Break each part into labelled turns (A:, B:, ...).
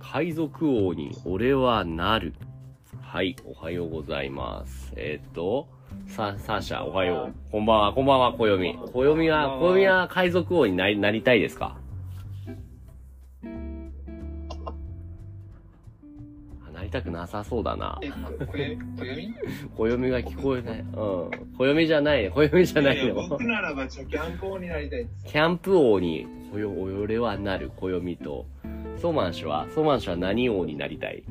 A: 海賊王に俺はなる。はい、おはようございます。えーっと、さ、サーシャ、おはよう。こんばんは、こんばんは、暦。暦は、暦は海賊王になり、なりたいですかあなりたくなさそうだな。
B: え、これ、こよみ
A: 暦が聞こえない。うん。暦じゃないね。暦じゃない
B: やや
A: よ。
B: 僕ならば、ちょ、キャンプ王になりたいです。
A: キャンプ王に、こよ、俺はなる、暦と、ソマン氏は、ソマン氏は何王になりたい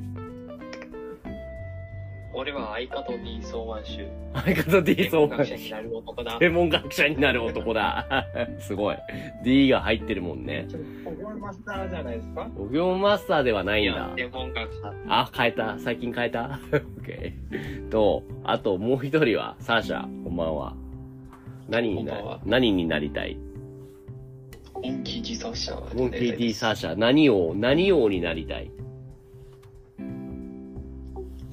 C: 俺は相方 D 総腕集。
A: 相方 D ソマン
C: 学者に
A: 氏。
C: なる男だ。
A: 天文学者になる男だ。 すごい。D が入ってるもんね。
B: ちょ、ここはマスターじゃないですか
A: お業マスターではないんだ。
C: 天文学者。
A: あ、変えた。最近変えた ?OK。と、あともう一人は、サーシャ、こんばんは。何にな
C: こんばんは、
A: 何になりたい
C: モンキー D 奏者。
A: モンキー D サーシャ、何王、何王になりたい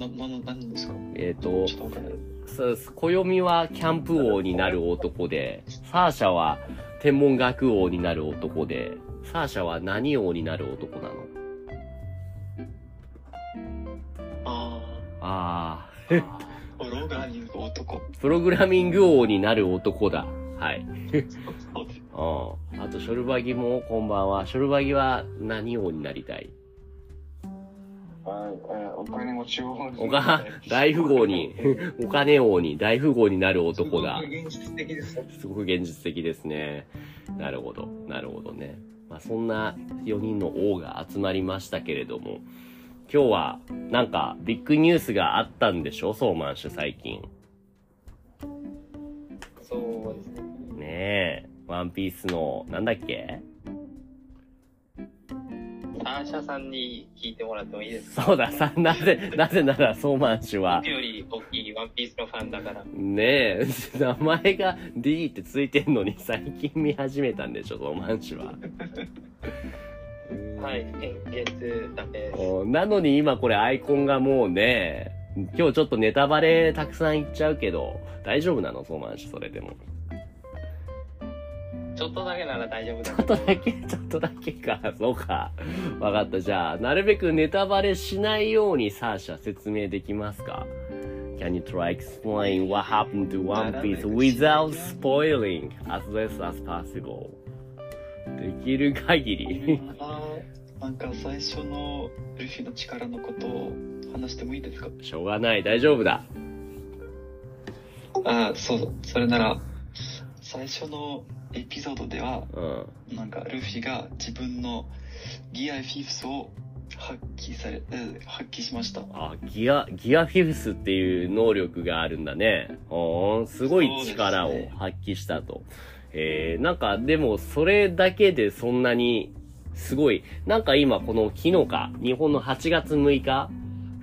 C: な、な、な、なんですか
A: えっ、と
C: ちょ、っとわかんない。
A: そうです。暦はキャンプ王になる男で、サーシャは天文学王になる男で、サーシャは何王になる男なの
C: あ
A: あ
C: ー、ロガーニング男。
A: ー、プログラミング王になる男だ。はい。
C: そうです
A: うん。あと、ショルバギもこんばんは。ショルバギは何王になりた い
B: はい、お金持ち王
A: おか、大富豪に、 お金王に、大富豪になる男だ。
B: 現実的です。
A: すごく現実的ですね。なるほど、なるほどね。まあ、そんな4人の王が集まりましたけれども、今日はなんかビッグニュースがあったんでしょソーマン氏最近。
C: そうですね。
A: ねえ、ワンピースの、なんだっけ
C: サーシャさんに聞いてもらってもいいですか
A: そうだ、さ、なぜ、なぜならソーマン氏は
C: 僕、より大きいワンピースのファンだから。
A: ねえ、 名前が D ってついてんのに 最近見始めたんでしょソーマン氏は。
C: はい、先月だけです。
A: おなのに今これアイコンがもうね、今日ちょっとネタバレたくさんいっちゃうけど、大丈夫なのそうマンシそれでも。
C: ちょっとだけなら大丈夫 だ
A: ちょっとだけ、ちょっとだけか。そうか。わかった。じゃあ、なるべくネタバレしないようにサーシャ説明できますか Can you try explain what happened to One Piece without spoiling as less as possible? できる限り。
D: なんか最初のルフィの力のことを話してもいいですか
A: しょうがない。大丈夫だ。
D: ああそうそれなら最初のエピソードでは
A: うん。
D: なんかルフィが自分のギアフィフスを発揮され、えー発揮しました
A: あ、ギア、ギアフィフスっていう能力があるんだね。ほーん、すごい力
D: そうで
A: を
D: すね
A: 発揮したと。えー、なんかでもそれだけでそんなにすごい。なんか今この昨日か、日本の8月6日、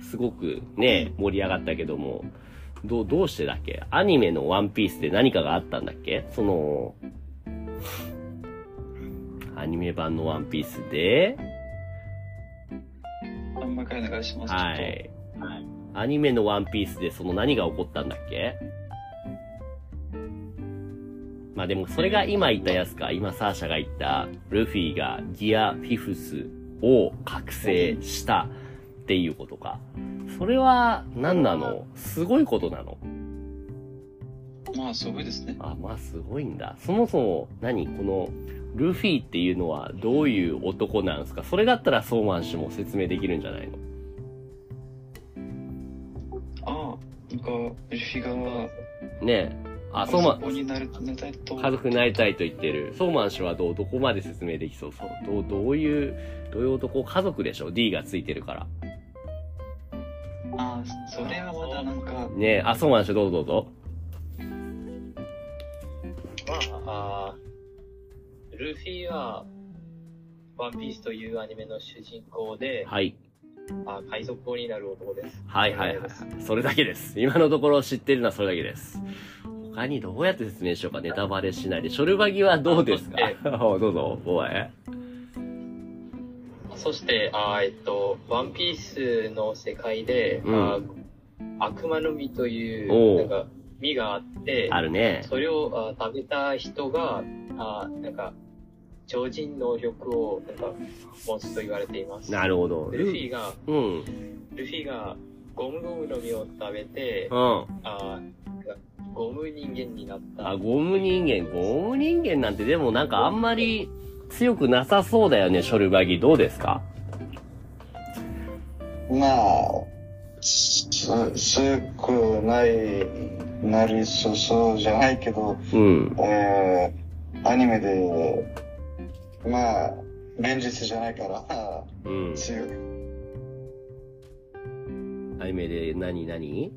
A: すごくね、盛り上がったけども、どう、どうしてだっけアニメのワンピースで何かがあったんだっけその、アニメ版のワンピースで、
D: あんまかい流します
A: は
D: ち
A: い。アニメのワンピースでその何が起こったんだっけまあでもそれが今言ったやつか、今サーシャが言った、ルフィがギアフィフスを覚醒したっていうことか。それは何なのすごいことなの
D: ょっとまあすごいですね
A: あ、まあすごいんだ。そもそも何、この、ルフィっていうのはどういう男なんですかそれだったらソーマン氏も説明できるんじゃないの
D: ああなんかルフィが
A: ねえ。あ、ソーマン、
D: こになるなりたいと
A: 家族になりたいと言ってる。ソーマン氏はどう、どこまで説明できそうそう。どう、どういう、どういう男家族でしょ ?D がついてるから。
D: ああそれはまだなんか
A: ねえ、あ、ソーマン氏どうぞどうぞ。
C: まあ、あールフィは、ワンピースというアニメの主人公で、
A: はい。
C: あ海賊王になる男です。
A: はいはいはいはい。それだけです。今のところ知ってるのはそれだけです。他にどうやって説明しようかネタバレしないで。ショルバギはどうですか おどうぞ、お前。
C: そして、あーえっと、ワンピースの世界で、
A: うん
C: あー悪魔の実とい
A: おう
C: う、なんか、実があって、
A: あるね。
C: それをあー食べた人が、あーなんか、超人能力をなんか持つと言われています。
A: なるほど。
C: ルフィが、
A: うん。
C: ルフィがゴムゴムの実を食べて
A: う、ん。
C: あーゴム人間になった。
A: あ、ゴム人間、ゴム人間なんてでもなんかあんまり強くなさそうだよね、ショルバギ。どうですか
B: まあ、す、強くない、なりそうそうじゃないけど、
A: うん。
B: えー、アニメで、まあ、連日じゃないから、
A: うん。
B: 強く。
A: アニメで何何アニ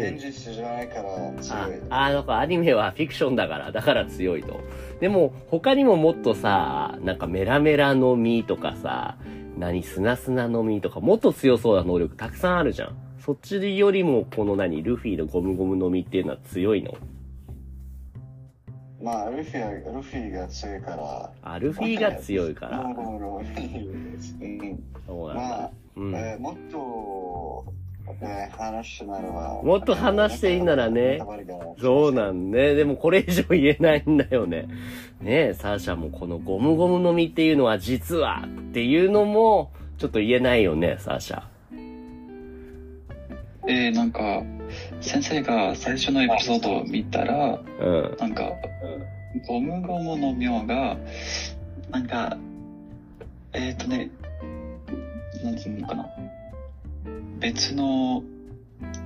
B: 連
A: メ
B: 日じゃないから
A: あ
B: 強い。、
A: あなんかアニメはフィクションだから、だから強いと。でも、他にももっとさ、なんかメラメラの実とかさ、何、スナスナの実とか、もっと強そうな能力たくさんあるじゃん。そっちよりも、この何、ルフィのゴムゴムの実っていうのは強いの。
B: まあ、ルフィは、ルフィが強いから。
A: あ、ルフィが強いから。
B: ゴムゴムの実うん。
A: そうなん
B: ま
A: だ
B: あ。、
A: うん。
B: えーもっと、えー話してならば。
A: もっと話していいならねそう
B: の。
A: なんね。でもこれ以上言えないんだよね。ねえ、サーシャもこのゴムゴムの実っていうのは実はっていうのも、ちょっと言えないよね、サーシャ。
D: えー、なんか、先生が最初のエピソードを見たら、
A: うん。
D: なんか、ゴムゴムの妙が、なんか、えっ、ー、とね、なんていうのかな。別の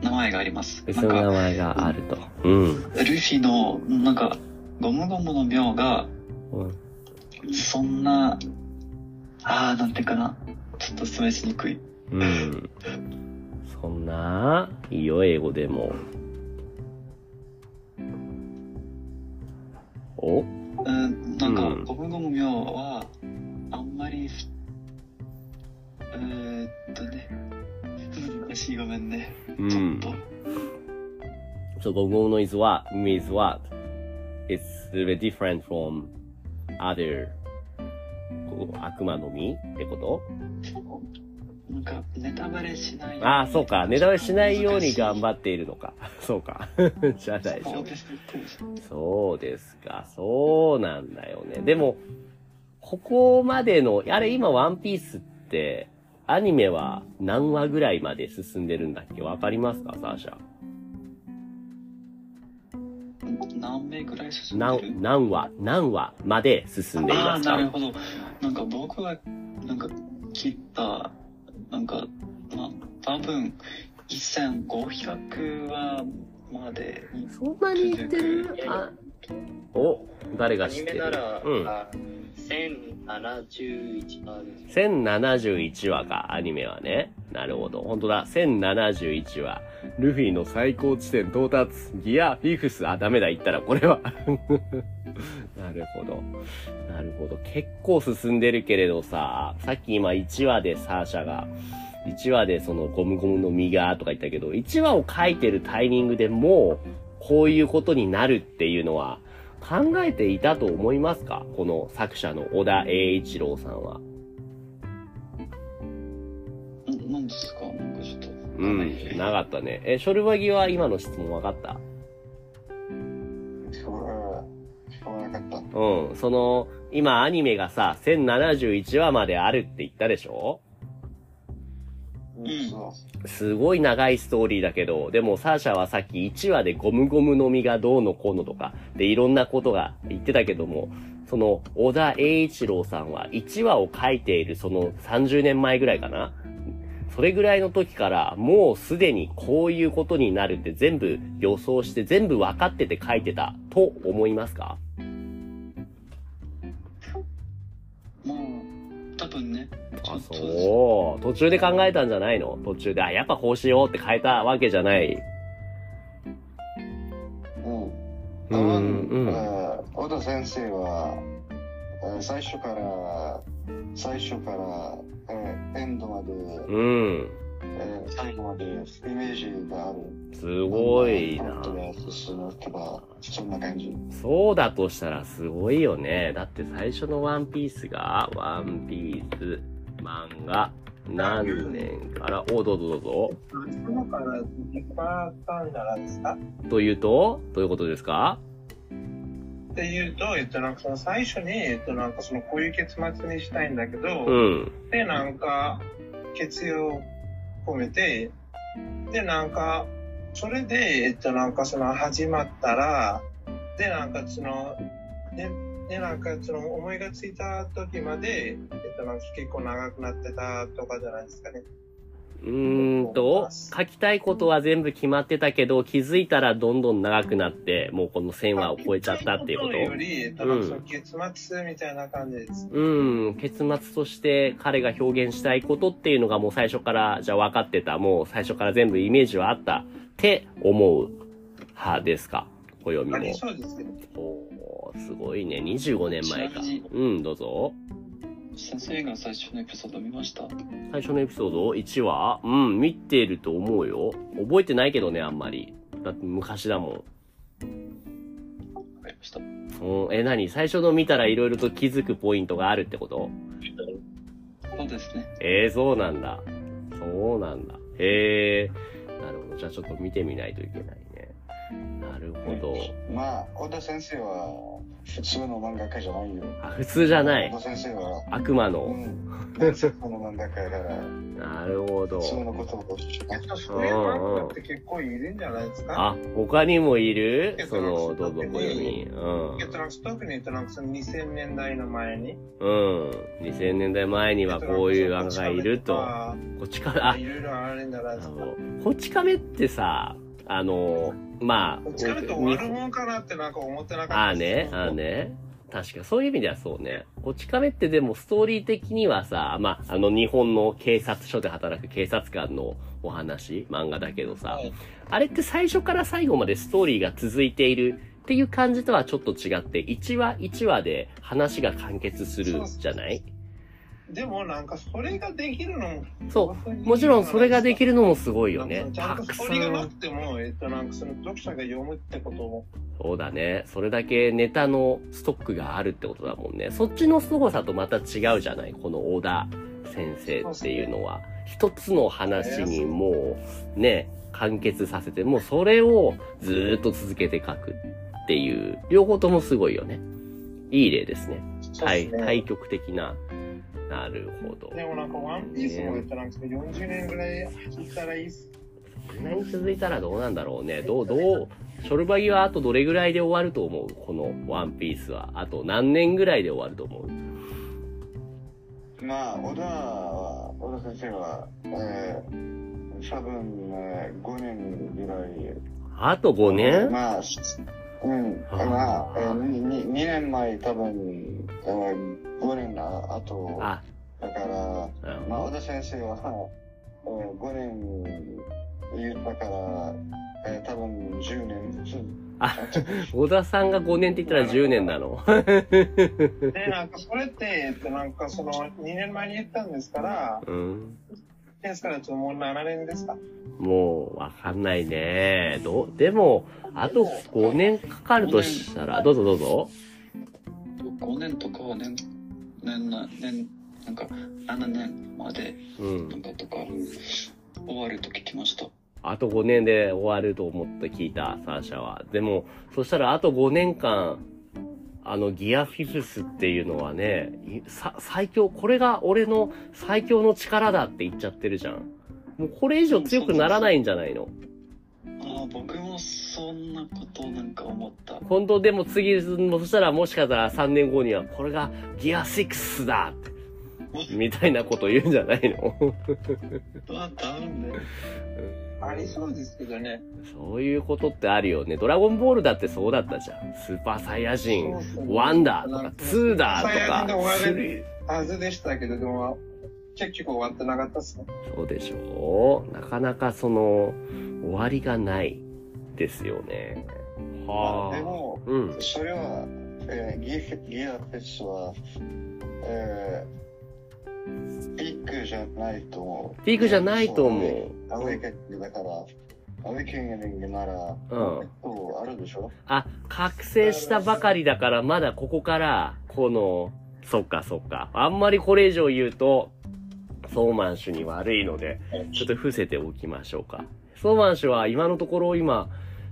D: 名前があります。
A: 別
D: なん
A: の
D: か
A: 名前があると。うん。
D: ルフィの、なんか、ゴムゴムの妙が、
A: うん
D: そんな、あー、なんていうかな。ちょっと説明しにくい。
A: うん。そんな、いいよ、英語でも。お
D: うん、なん
A: うん
D: か、ゴムゴム妙は、あんまりふ、えー、っとね、難しい、ごめんね。
A: う
D: ちょっ
A: ん。
D: と。
A: So Gogo no is what means what? It's very different from other こう悪魔の実ってこと
D: なんか、ネタバレしないよに
A: ああ、そうか。値段をしないように頑張
D: っ
A: っているのか。 そうか。じゃあ大丈
D: そう
A: 夫。
D: ですね。
A: そうですか。そうなんだよね。でも、ここまでの、あれ今ワンピースって、アニメは何話ぐらいまで進んでるんだっけわかりますかサーシャ。
D: 何名ぐらい進んでる
A: 何、何話、何話まで進んでい
D: あ
A: ま
D: あー、
A: す
D: なる
A: か
D: ほど。なんか僕が、なんか、切った、なんか、まあ、多分、1500話まで、
A: そんなに言ってるあお、誰
C: ア
A: が知
C: ニ
A: って
C: メな
A: る
C: ら、
A: うん
C: あ1071話です。
A: 1071話か、アニメはね。なるほど。本当だ。1071話。ルフィの最高地点到達。ギア、フィフス。あ、ダメだ。言ったら、これは。 なるほど。なるほど。結構進んでるけれどさ、さっき今1話でサーシャが、1話でそのゴムゴムの実がとか言ったけど、1話を書いてるタイミングでもう、こういうことになるっていうのは、考えていたと思いますかこの作者の小田栄一郎さんは。
D: んなんですかなんかちょっと。
A: うん、なかったね。え、ショルバギは今の質問分かった
B: しょうがなかった。
A: うん、その、今アニメがさ、1071話まであるって言ったでしょ
D: ん
B: そう
A: すごい長いストーリーだけど、でもサーシャはさっき1話でゴムゴムの実がどうのこうのとか、で、いろんなことが言ってたけども、その、小田栄一郎さんは1話を書いているその30年前ぐらいかなそれぐらいの時から、もうすでにこういうことになるって全部予想して、全部分かってて書いてたと思いますか
D: まあ、多分ね、ちょ
A: あ
D: っ、と、
A: そう。途中で考えたんじゃないの途中で、あ、やっぱこうしようって変えたわけじゃない。
B: うん。
A: う
B: 多
A: ん、う
B: 分、
A: ん。
B: えー小田先生は、えー最初から、最初から、えーエンドまで、
A: うん。
B: えー最後までイメージがある。
A: すごい
B: なん
A: な
B: か。なんとか進むとか、そんな感じ。
A: そうだとしたらすごいよね。だって最初のワンピースが、ワンピース漫画、何年から、お、どうぞどうぞ。
E: 今から時間かかるならですか
A: というと、どういうことですか
E: って言うと、えっと、なんかその最初に、えっと、なんかそのこういう結末にしたいんだけど、
A: うん。
E: で、なんか、決意を込めて、で、なんか、それで、えっと、なんかその始まったら、で、なんかその、ね、で、なんかその思いがついた時まで、えっと、なんか結構長くなってたとかじゃないですかね。
A: うーんと、書きたいことは全部決まってたけど、気づいたらどんどん長くなって、もうこの線は超えちゃったっていうこと
E: 書きたいより、えっと、なんかその結末みたいな感じです。
A: うん、結末として彼が表現したいことっていうのがもう最初から、じゃあ分かってた、もう最初から全部イメージはあったって思う派ですか、暦
E: あり
A: も。
E: そうですね。
A: おー、すごいね。25年前か
D: ちなみに。
A: うん、どうぞ。
D: 先生が最初のエピソード見ました
A: 最初のエピソード1話うん、見てると思うよ。覚えてないけどね、あんまり。だって昔だもん。
D: わかりました
A: うん、え、何最初の見たら色々と気づくポイントがあるってこと
D: そうですね
A: えー、そうなんだ。そうなんだ。へえー。なるほど。じゃあちょっと見てみないといけないね。なるほど。
B: まあ、小田先生は普通の漫画家じゃないよ。
A: あ、普通じゃな
B: 小
A: い。
B: 田先生は、
A: 悪魔
B: う
A: の。
B: ん、伝説の漫画家だから、
A: なるほど
B: 普。通のことを。
E: そういう漫画って結構いるんじゃないですか。
A: あ、他にもいるその、どうぞ、こよみん。うん
E: えっ。と、なんか特に、えっと、なんかその2000年代の前に。
A: うん。2000年代前にはこういう案がいると。こっちから、あ
E: い、ろいろあるんじゃないで
A: あ
E: すか。
A: の、こち亀ってさ、あの、まあ、
E: こっちからと悪者かなってなんか思ってな
A: あ
E: か
A: あ
E: った
A: ね
E: で、す
A: ああね。確か、そういう意味ではそうね。こち亀ってでもストーリー的にはさ、まあ、あの日本の警察署で働く警察官のお話、漫画だけどさ
E: はい、
A: あれって最初から最後までストーリーが続いているっていう感じとはちょっと違って、1話1話で話が完結するじゃない
E: でもなんかそれができるのも
A: そう。もちろんそれができ
E: る
A: るのもすごい
E: よ
A: よね。
E: ちゃ
A: た
E: んと
A: く
E: スト
A: さ
E: ーリーがなんく。ても、えっと、なんかその読者が読むってことも。
A: そうだね。それだけネタのストックがあるってことだもんね。そっちの凄さとまた違うじゃないこの小田先生っていうのは。一つの話にもうね、完結させて、もうそれをずーっと続けて書くっていう、両方ともすごいよね。いい例ですね。
E: そう
A: 対
E: ですね
A: 対極的な。なるほど。
E: でもなんかワンピースもえっとなんか40年ぐらい聞いたらいいっす。
A: こんなに続いたらどうなんだろうね。どう、どう、ショルバギはあとどれぐらいで終わると思うこのワンピースは。あと何年ぐらいで終わると思う
B: まあ、小田は、小田先生は、えー、多分、えー、5年ぐらい
A: あと5年
B: まあ、しうん、
A: あー
B: まあ、えー、に 2, 年前、多分、えー、5年あと、
A: あ、
B: だから、
A: なるほ
B: まあ、
A: ど
B: 小田先生は、えー、5年言ったから、えー、多分10年ずつ。
A: あ小田さんが5年って言ったら10年なの。
E: で、なんかそれって、えっとなんかその2年前に言ったんですから、
A: うん。
E: ですからちょっともう7年ですか。
A: もう、わかんないね。ど、でも、あと5年かかるとしたら、どうぞどうぞ。
D: 5年とかは年年な年なんか7年まで
A: うん
D: な。んかとか終わると聞きました
A: あと5年で終わると思って聞いた、サーシャは。でも、そしたらあと5年間、あの、ギアフィフスっていうのはね、いさ最強、これが俺の最強の力だって言っちゃってるじゃん。もうこれ以上強くならないんじゃないの
D: ああ僕もそんなことなんか思った
A: 今度でも次、もうそしたらもしかしたら3年後には、これがギア6だってみたいなこと言うんじゃないの
D: あダウンだよ
E: ありそうですけどね。
A: そういうことってあるよね。ドラゴンボールだってそうだったじゃん。スーパーサイヤ人、ワンダーとか、ツーダ
E: 最
A: ーと
E: 悪で
A: か、
E: 終わ
A: スリー
E: るはずでしたけど、でも、結局終わってなかったですね。
A: そうでしょうなかなかその、終わりがないですよね。は
B: で
A: あ。
B: も、
A: うん。
B: それは、えー、ギフギアフェスは、えー、ピークじゃないと思う。
A: ピークじゃないと思う。
B: アウェイキングだから、アウェイキングなら、
A: うん
B: 結構あるでしょ
A: あ、覚醒したばかりだから、まだここから、この、そっかそっか。あんまりこれ以上言うと、ソーマン氏に悪いので、ちょっと伏せておきましょうか。ソーマン氏は今のところ今、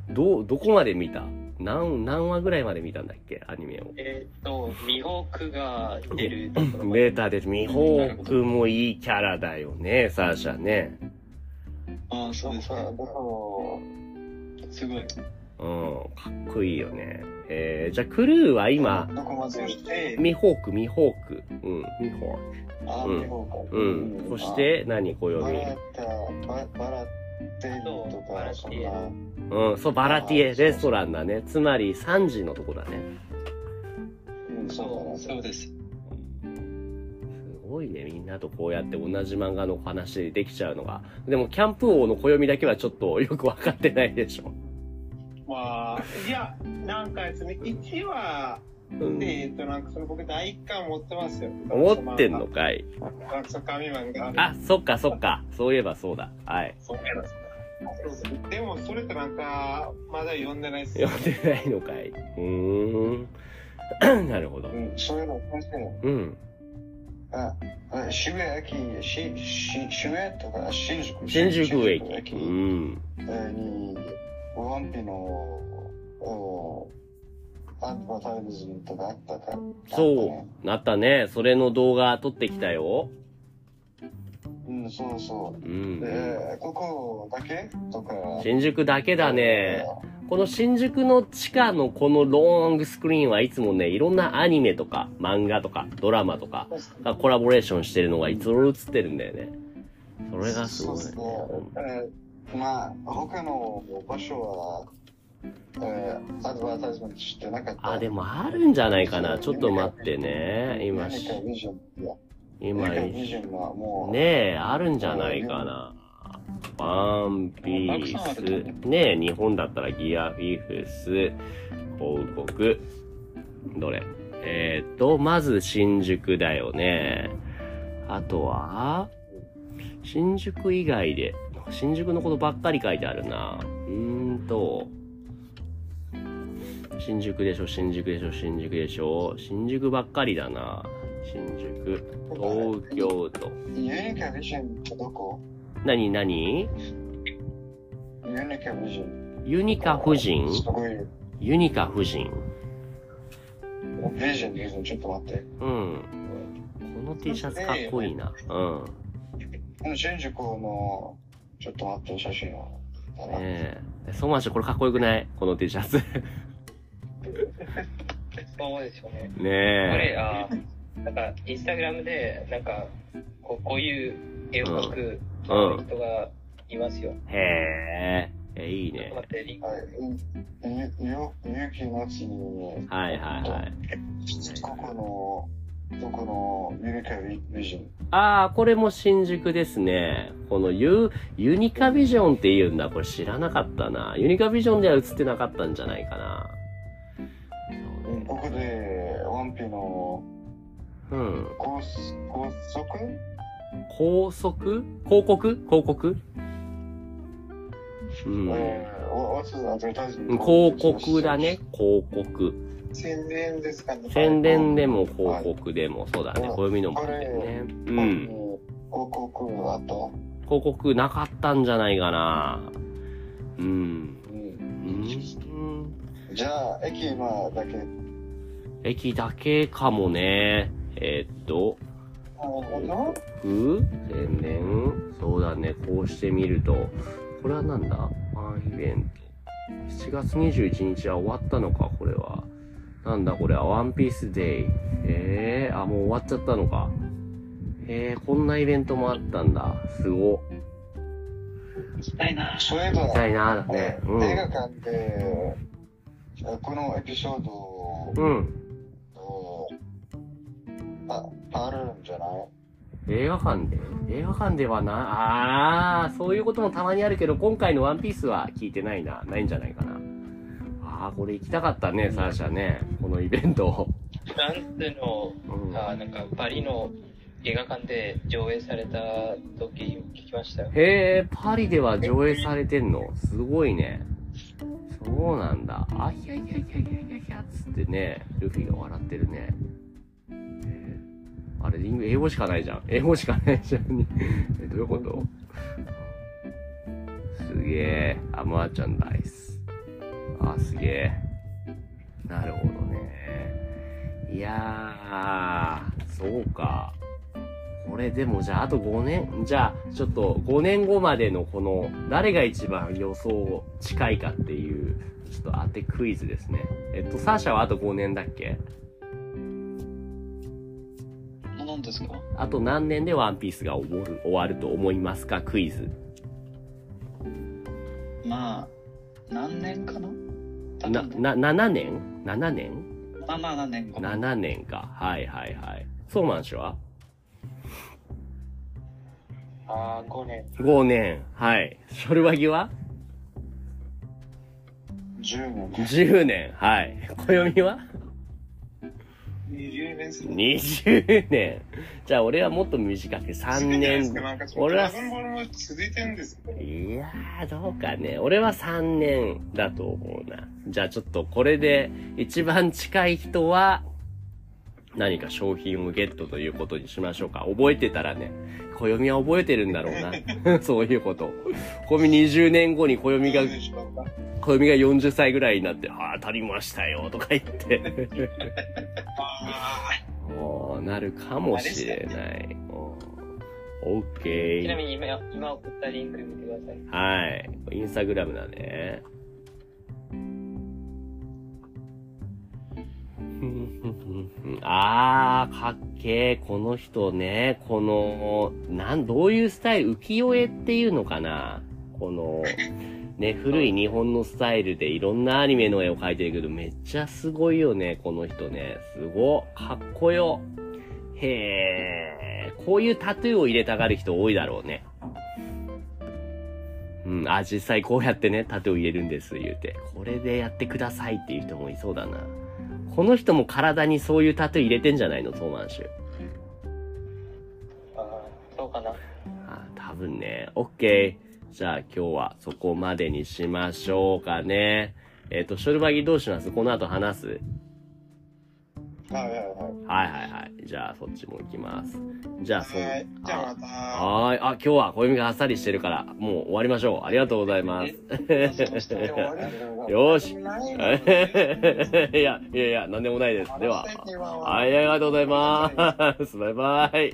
A: どう、どこまで見た何、何話ぐらいまで見たんだっけアニメを。
C: えーっと、ミホークが 出るところまで
A: 出たです。ミホークもいいキャラだよね、サーシャね。
D: ああ、そうです
B: だから
D: か。
B: 僕も
D: すごい。
A: うん、かっこいいよね。えー、じゃあクルーは今、
B: どこまで
E: そ
B: し、
E: してて、
A: ミホーク、ミホーク。うん、ミホー
B: あ
A: うん
B: 日本か
A: ク。うん。そして、何、
B: あバ
A: 暦。
B: ラタ、ババラテリと
C: そうバ
B: か、
C: ラ
B: そ
C: テ
B: ん
C: リ
B: な、
A: うん、そう、バラティエ、レストランだね。つまり、3時のとこだね。
B: うんそうだ
D: そうです。
A: すごいね、みんなとこうやって同じ漫画の話でできちゃうのが。でも、キャンプ王の暦だけはちょっとよくわかってないでしょ。
E: まあ、いや、なんかですね、1話
A: うん
E: で、えっと、なんかその僕第1巻持ってますよ。
A: 思ってんのかい
E: なんかその紙漫画。
A: あ、そっかそっか。そういえばそうだ。はい。
E: そうなんですねでも、それってなんか、まだ読んでないですよ。
A: 読んでないのかい。うーん。な るほど
B: う。ん、そういうの先生、
A: うん。
B: あ、あ渋谷駅、し、し、渋谷とか新宿
A: 新宿駅。う
B: に、
A: ん。
B: ワンピの、おアドバタイズとかあったか。
A: そう。なったね。それの動画撮ってきたよ。
B: う。うん、そうそうう。
A: ん。
B: で、ここだけとか。
A: 新宿だけだね。この新宿の地下のこのロングスクリーンはいつもね、いろんなアニメとか漫画とかドラマとかがコラボレーションしてるのがいつも映ってるんだよね。それがすごい。
B: そうそうえーまあ、他の場所は、えー、アドバタイズメントしてなかった。
A: あ、でもあるんじゃないかな。ちょっと待ってね。今し、
B: 何かビジョン、いや、
A: 今
B: 何かビジョンはもう、
A: ねえ、あるんじゃないかな。ワンピース。ねえ、日本だったらギアフィフス、広告。どれえーっ、と、まず新宿だよね。あとは、新宿以外で、新宿のことばっかり書いてあるな。うーんと、新宿でしょ、新宿でしょ、新宿でしょ。新宿ばっかりだな。新宿、東京都。
B: ユニカビジョンってどこ
A: なになに
B: ユニカビジョン。
A: ユニカ夫人
B: すごい。
A: ユニカ夫人。
B: ビジョン、ビジョン、ちょっと待って。
A: うん。この T シャツかっこいいな。うん。
B: この新宿の、ちょっと待って、写真を。
A: ねえ。ソマシこれかっこよくないこの T シャツ。
C: そうですよね。こ
A: ね
C: れ、
A: え。
C: あーなんか、インスタグラムで、なんか、こうこういう絵を描く
A: うん。
C: 人がいますよ。
A: へえ。え、いい
C: ちょっ
A: ね
C: と。待って、リンク
B: はい。ゆ、ゆ、ゆきのちに、
A: はいはいはい。
B: ここの、どこのユニカビジョン。
A: ああ、これも新宿ですね。このユ、ユニカビジョンって言うんだ。これ知らなかったな。ユニカビジョンでは映ってなかったんじゃないかな。そうね。
B: ここで、ワンピの
A: うん。
B: 高速高速
A: 高速広告広告うん。
B: えー what's the advertisement?
A: 広告だね。広告。
E: 宣伝ですかね。
A: 宣伝でも広告でも、そうだね。
B: うん
A: こういうのもあったよね。う。
B: うん広告あと、
A: 広告なかったんじゃないかな。うん。うん、
B: じゃあ駅今だけ
A: 駅だけかもね。えーっと、
E: なるほど。
A: ふ宣伝そうだね。こうしてみると。これはなんだファンイベント。7月21日は終わったのかこれは。なんだこれはワンピースデイ。えー、あ、もう終わっちゃったのか。えー、こんなイベントもあったんだ。すご。
D: 行きたいな。
B: そういえ
A: みた
B: ば、
A: いな。だって
B: ね
A: ね。うん。
B: 映画館であこのエピソードを
A: うん。
B: ああるんじゃない
A: 映画館で映画館ではな、あー、そういうこともたまにあるけど、今回のワンピースは聞いてないな。ないんじゃないかな。あー、これ行きたかったね、サーシャね。このイベント。
C: フランスの、
A: うん。
C: あーなんか、パリの映画館で上映された時聞きましたよ。
A: へえ、パリでは上映されてんのすごいね。そうなんだ。あひゃひゃひゃひゃひゃひゃっつってね、ルフィが笑ってるね。えーあれ、英語英語しかないじゃん。英語しかないじゃん。え、どういうことすげえ。アムアちゃんダイス。あ、すげえ。なるほどね。いやー、そうか。これでもじゃああと5年、じゃあちょっと5年後までのこの誰が一番予想近いかっていう、ちょっと当てクイズですね。えっと、サーシャはあと5年だっけ
D: あ何ですか
A: あと何年でワンピースが終わる終わると思いますかクイズ。
D: まあ、何年かな多
A: な、
D: 分
A: な、7年 ?7 年
D: まあまあ何年か。
A: 7年か。はいはいはい。そうなんでしょ
C: ああ、5年。
A: ?5 年。はい。ショルバギは
B: 10年です。
A: ?10 年。はい。暦は
E: 20年する。
A: ?20 年。じゃあ俺はもっと短く3年。
E: なんかちょっと
A: 俺は
E: ドラ、ゴンボールも続いてるんですけど。
A: いやー、どうかね。俺は3年だと思うな。じゃあちょっとこれで一番近い人は何か商品をゲットということにしましょうか。覚えてたらね、暦は覚えてるんだろうな。 そういうこと。暦20年後に暦が
E: どうでしょうか
A: 暦が40歳ぐらいになって、ああ、当たりましたよ、とか言って。
E: あ
A: おーなるかもしれない。おーオッケ
C: ちな
A: ー。
C: みに今、今送ったリンク見てください。
A: はい。インスタグラムだね。 ふんふんふんふんあー、かっけー。この人ね、この、なん、どういうスタイル、浮世絵っていうのかなこの、ね、古い日本のスタイルでいろんなアニメの絵を描いてるけど、めっちゃすごいよね、この人ね。すごっ。かっこよ。へー。こういうタトゥーを入れたがる人多いだろうね。うん、あ、実際こうやってね、盾を入れるんです、言うて。これでやってくださいっていう人もいそうだな。この人も体にそういうタトゥー入れてんじゃないの、トーマンシュ。
C: ああ、そうかな。
A: あ、多分ね。オッケー。じゃあ今日はそこまでにしましょうかね。えっ、と、ショルバギどうしますこの後話す
E: はいはいはい。
A: はいはいはい。じゃあそっちも行きます。じゃあそう。
E: はい。じゃあま
A: あ
E: た。
A: はーい。あ、今日は小指があっさりしてるから、もう終わりましょう。ありがとうございます。
E: でも終わり
A: よーし。
E: ないの
A: いや、いやいや、なんでもないです。では。
E: 話せては
A: はい、ありがとうございます。バイバイ。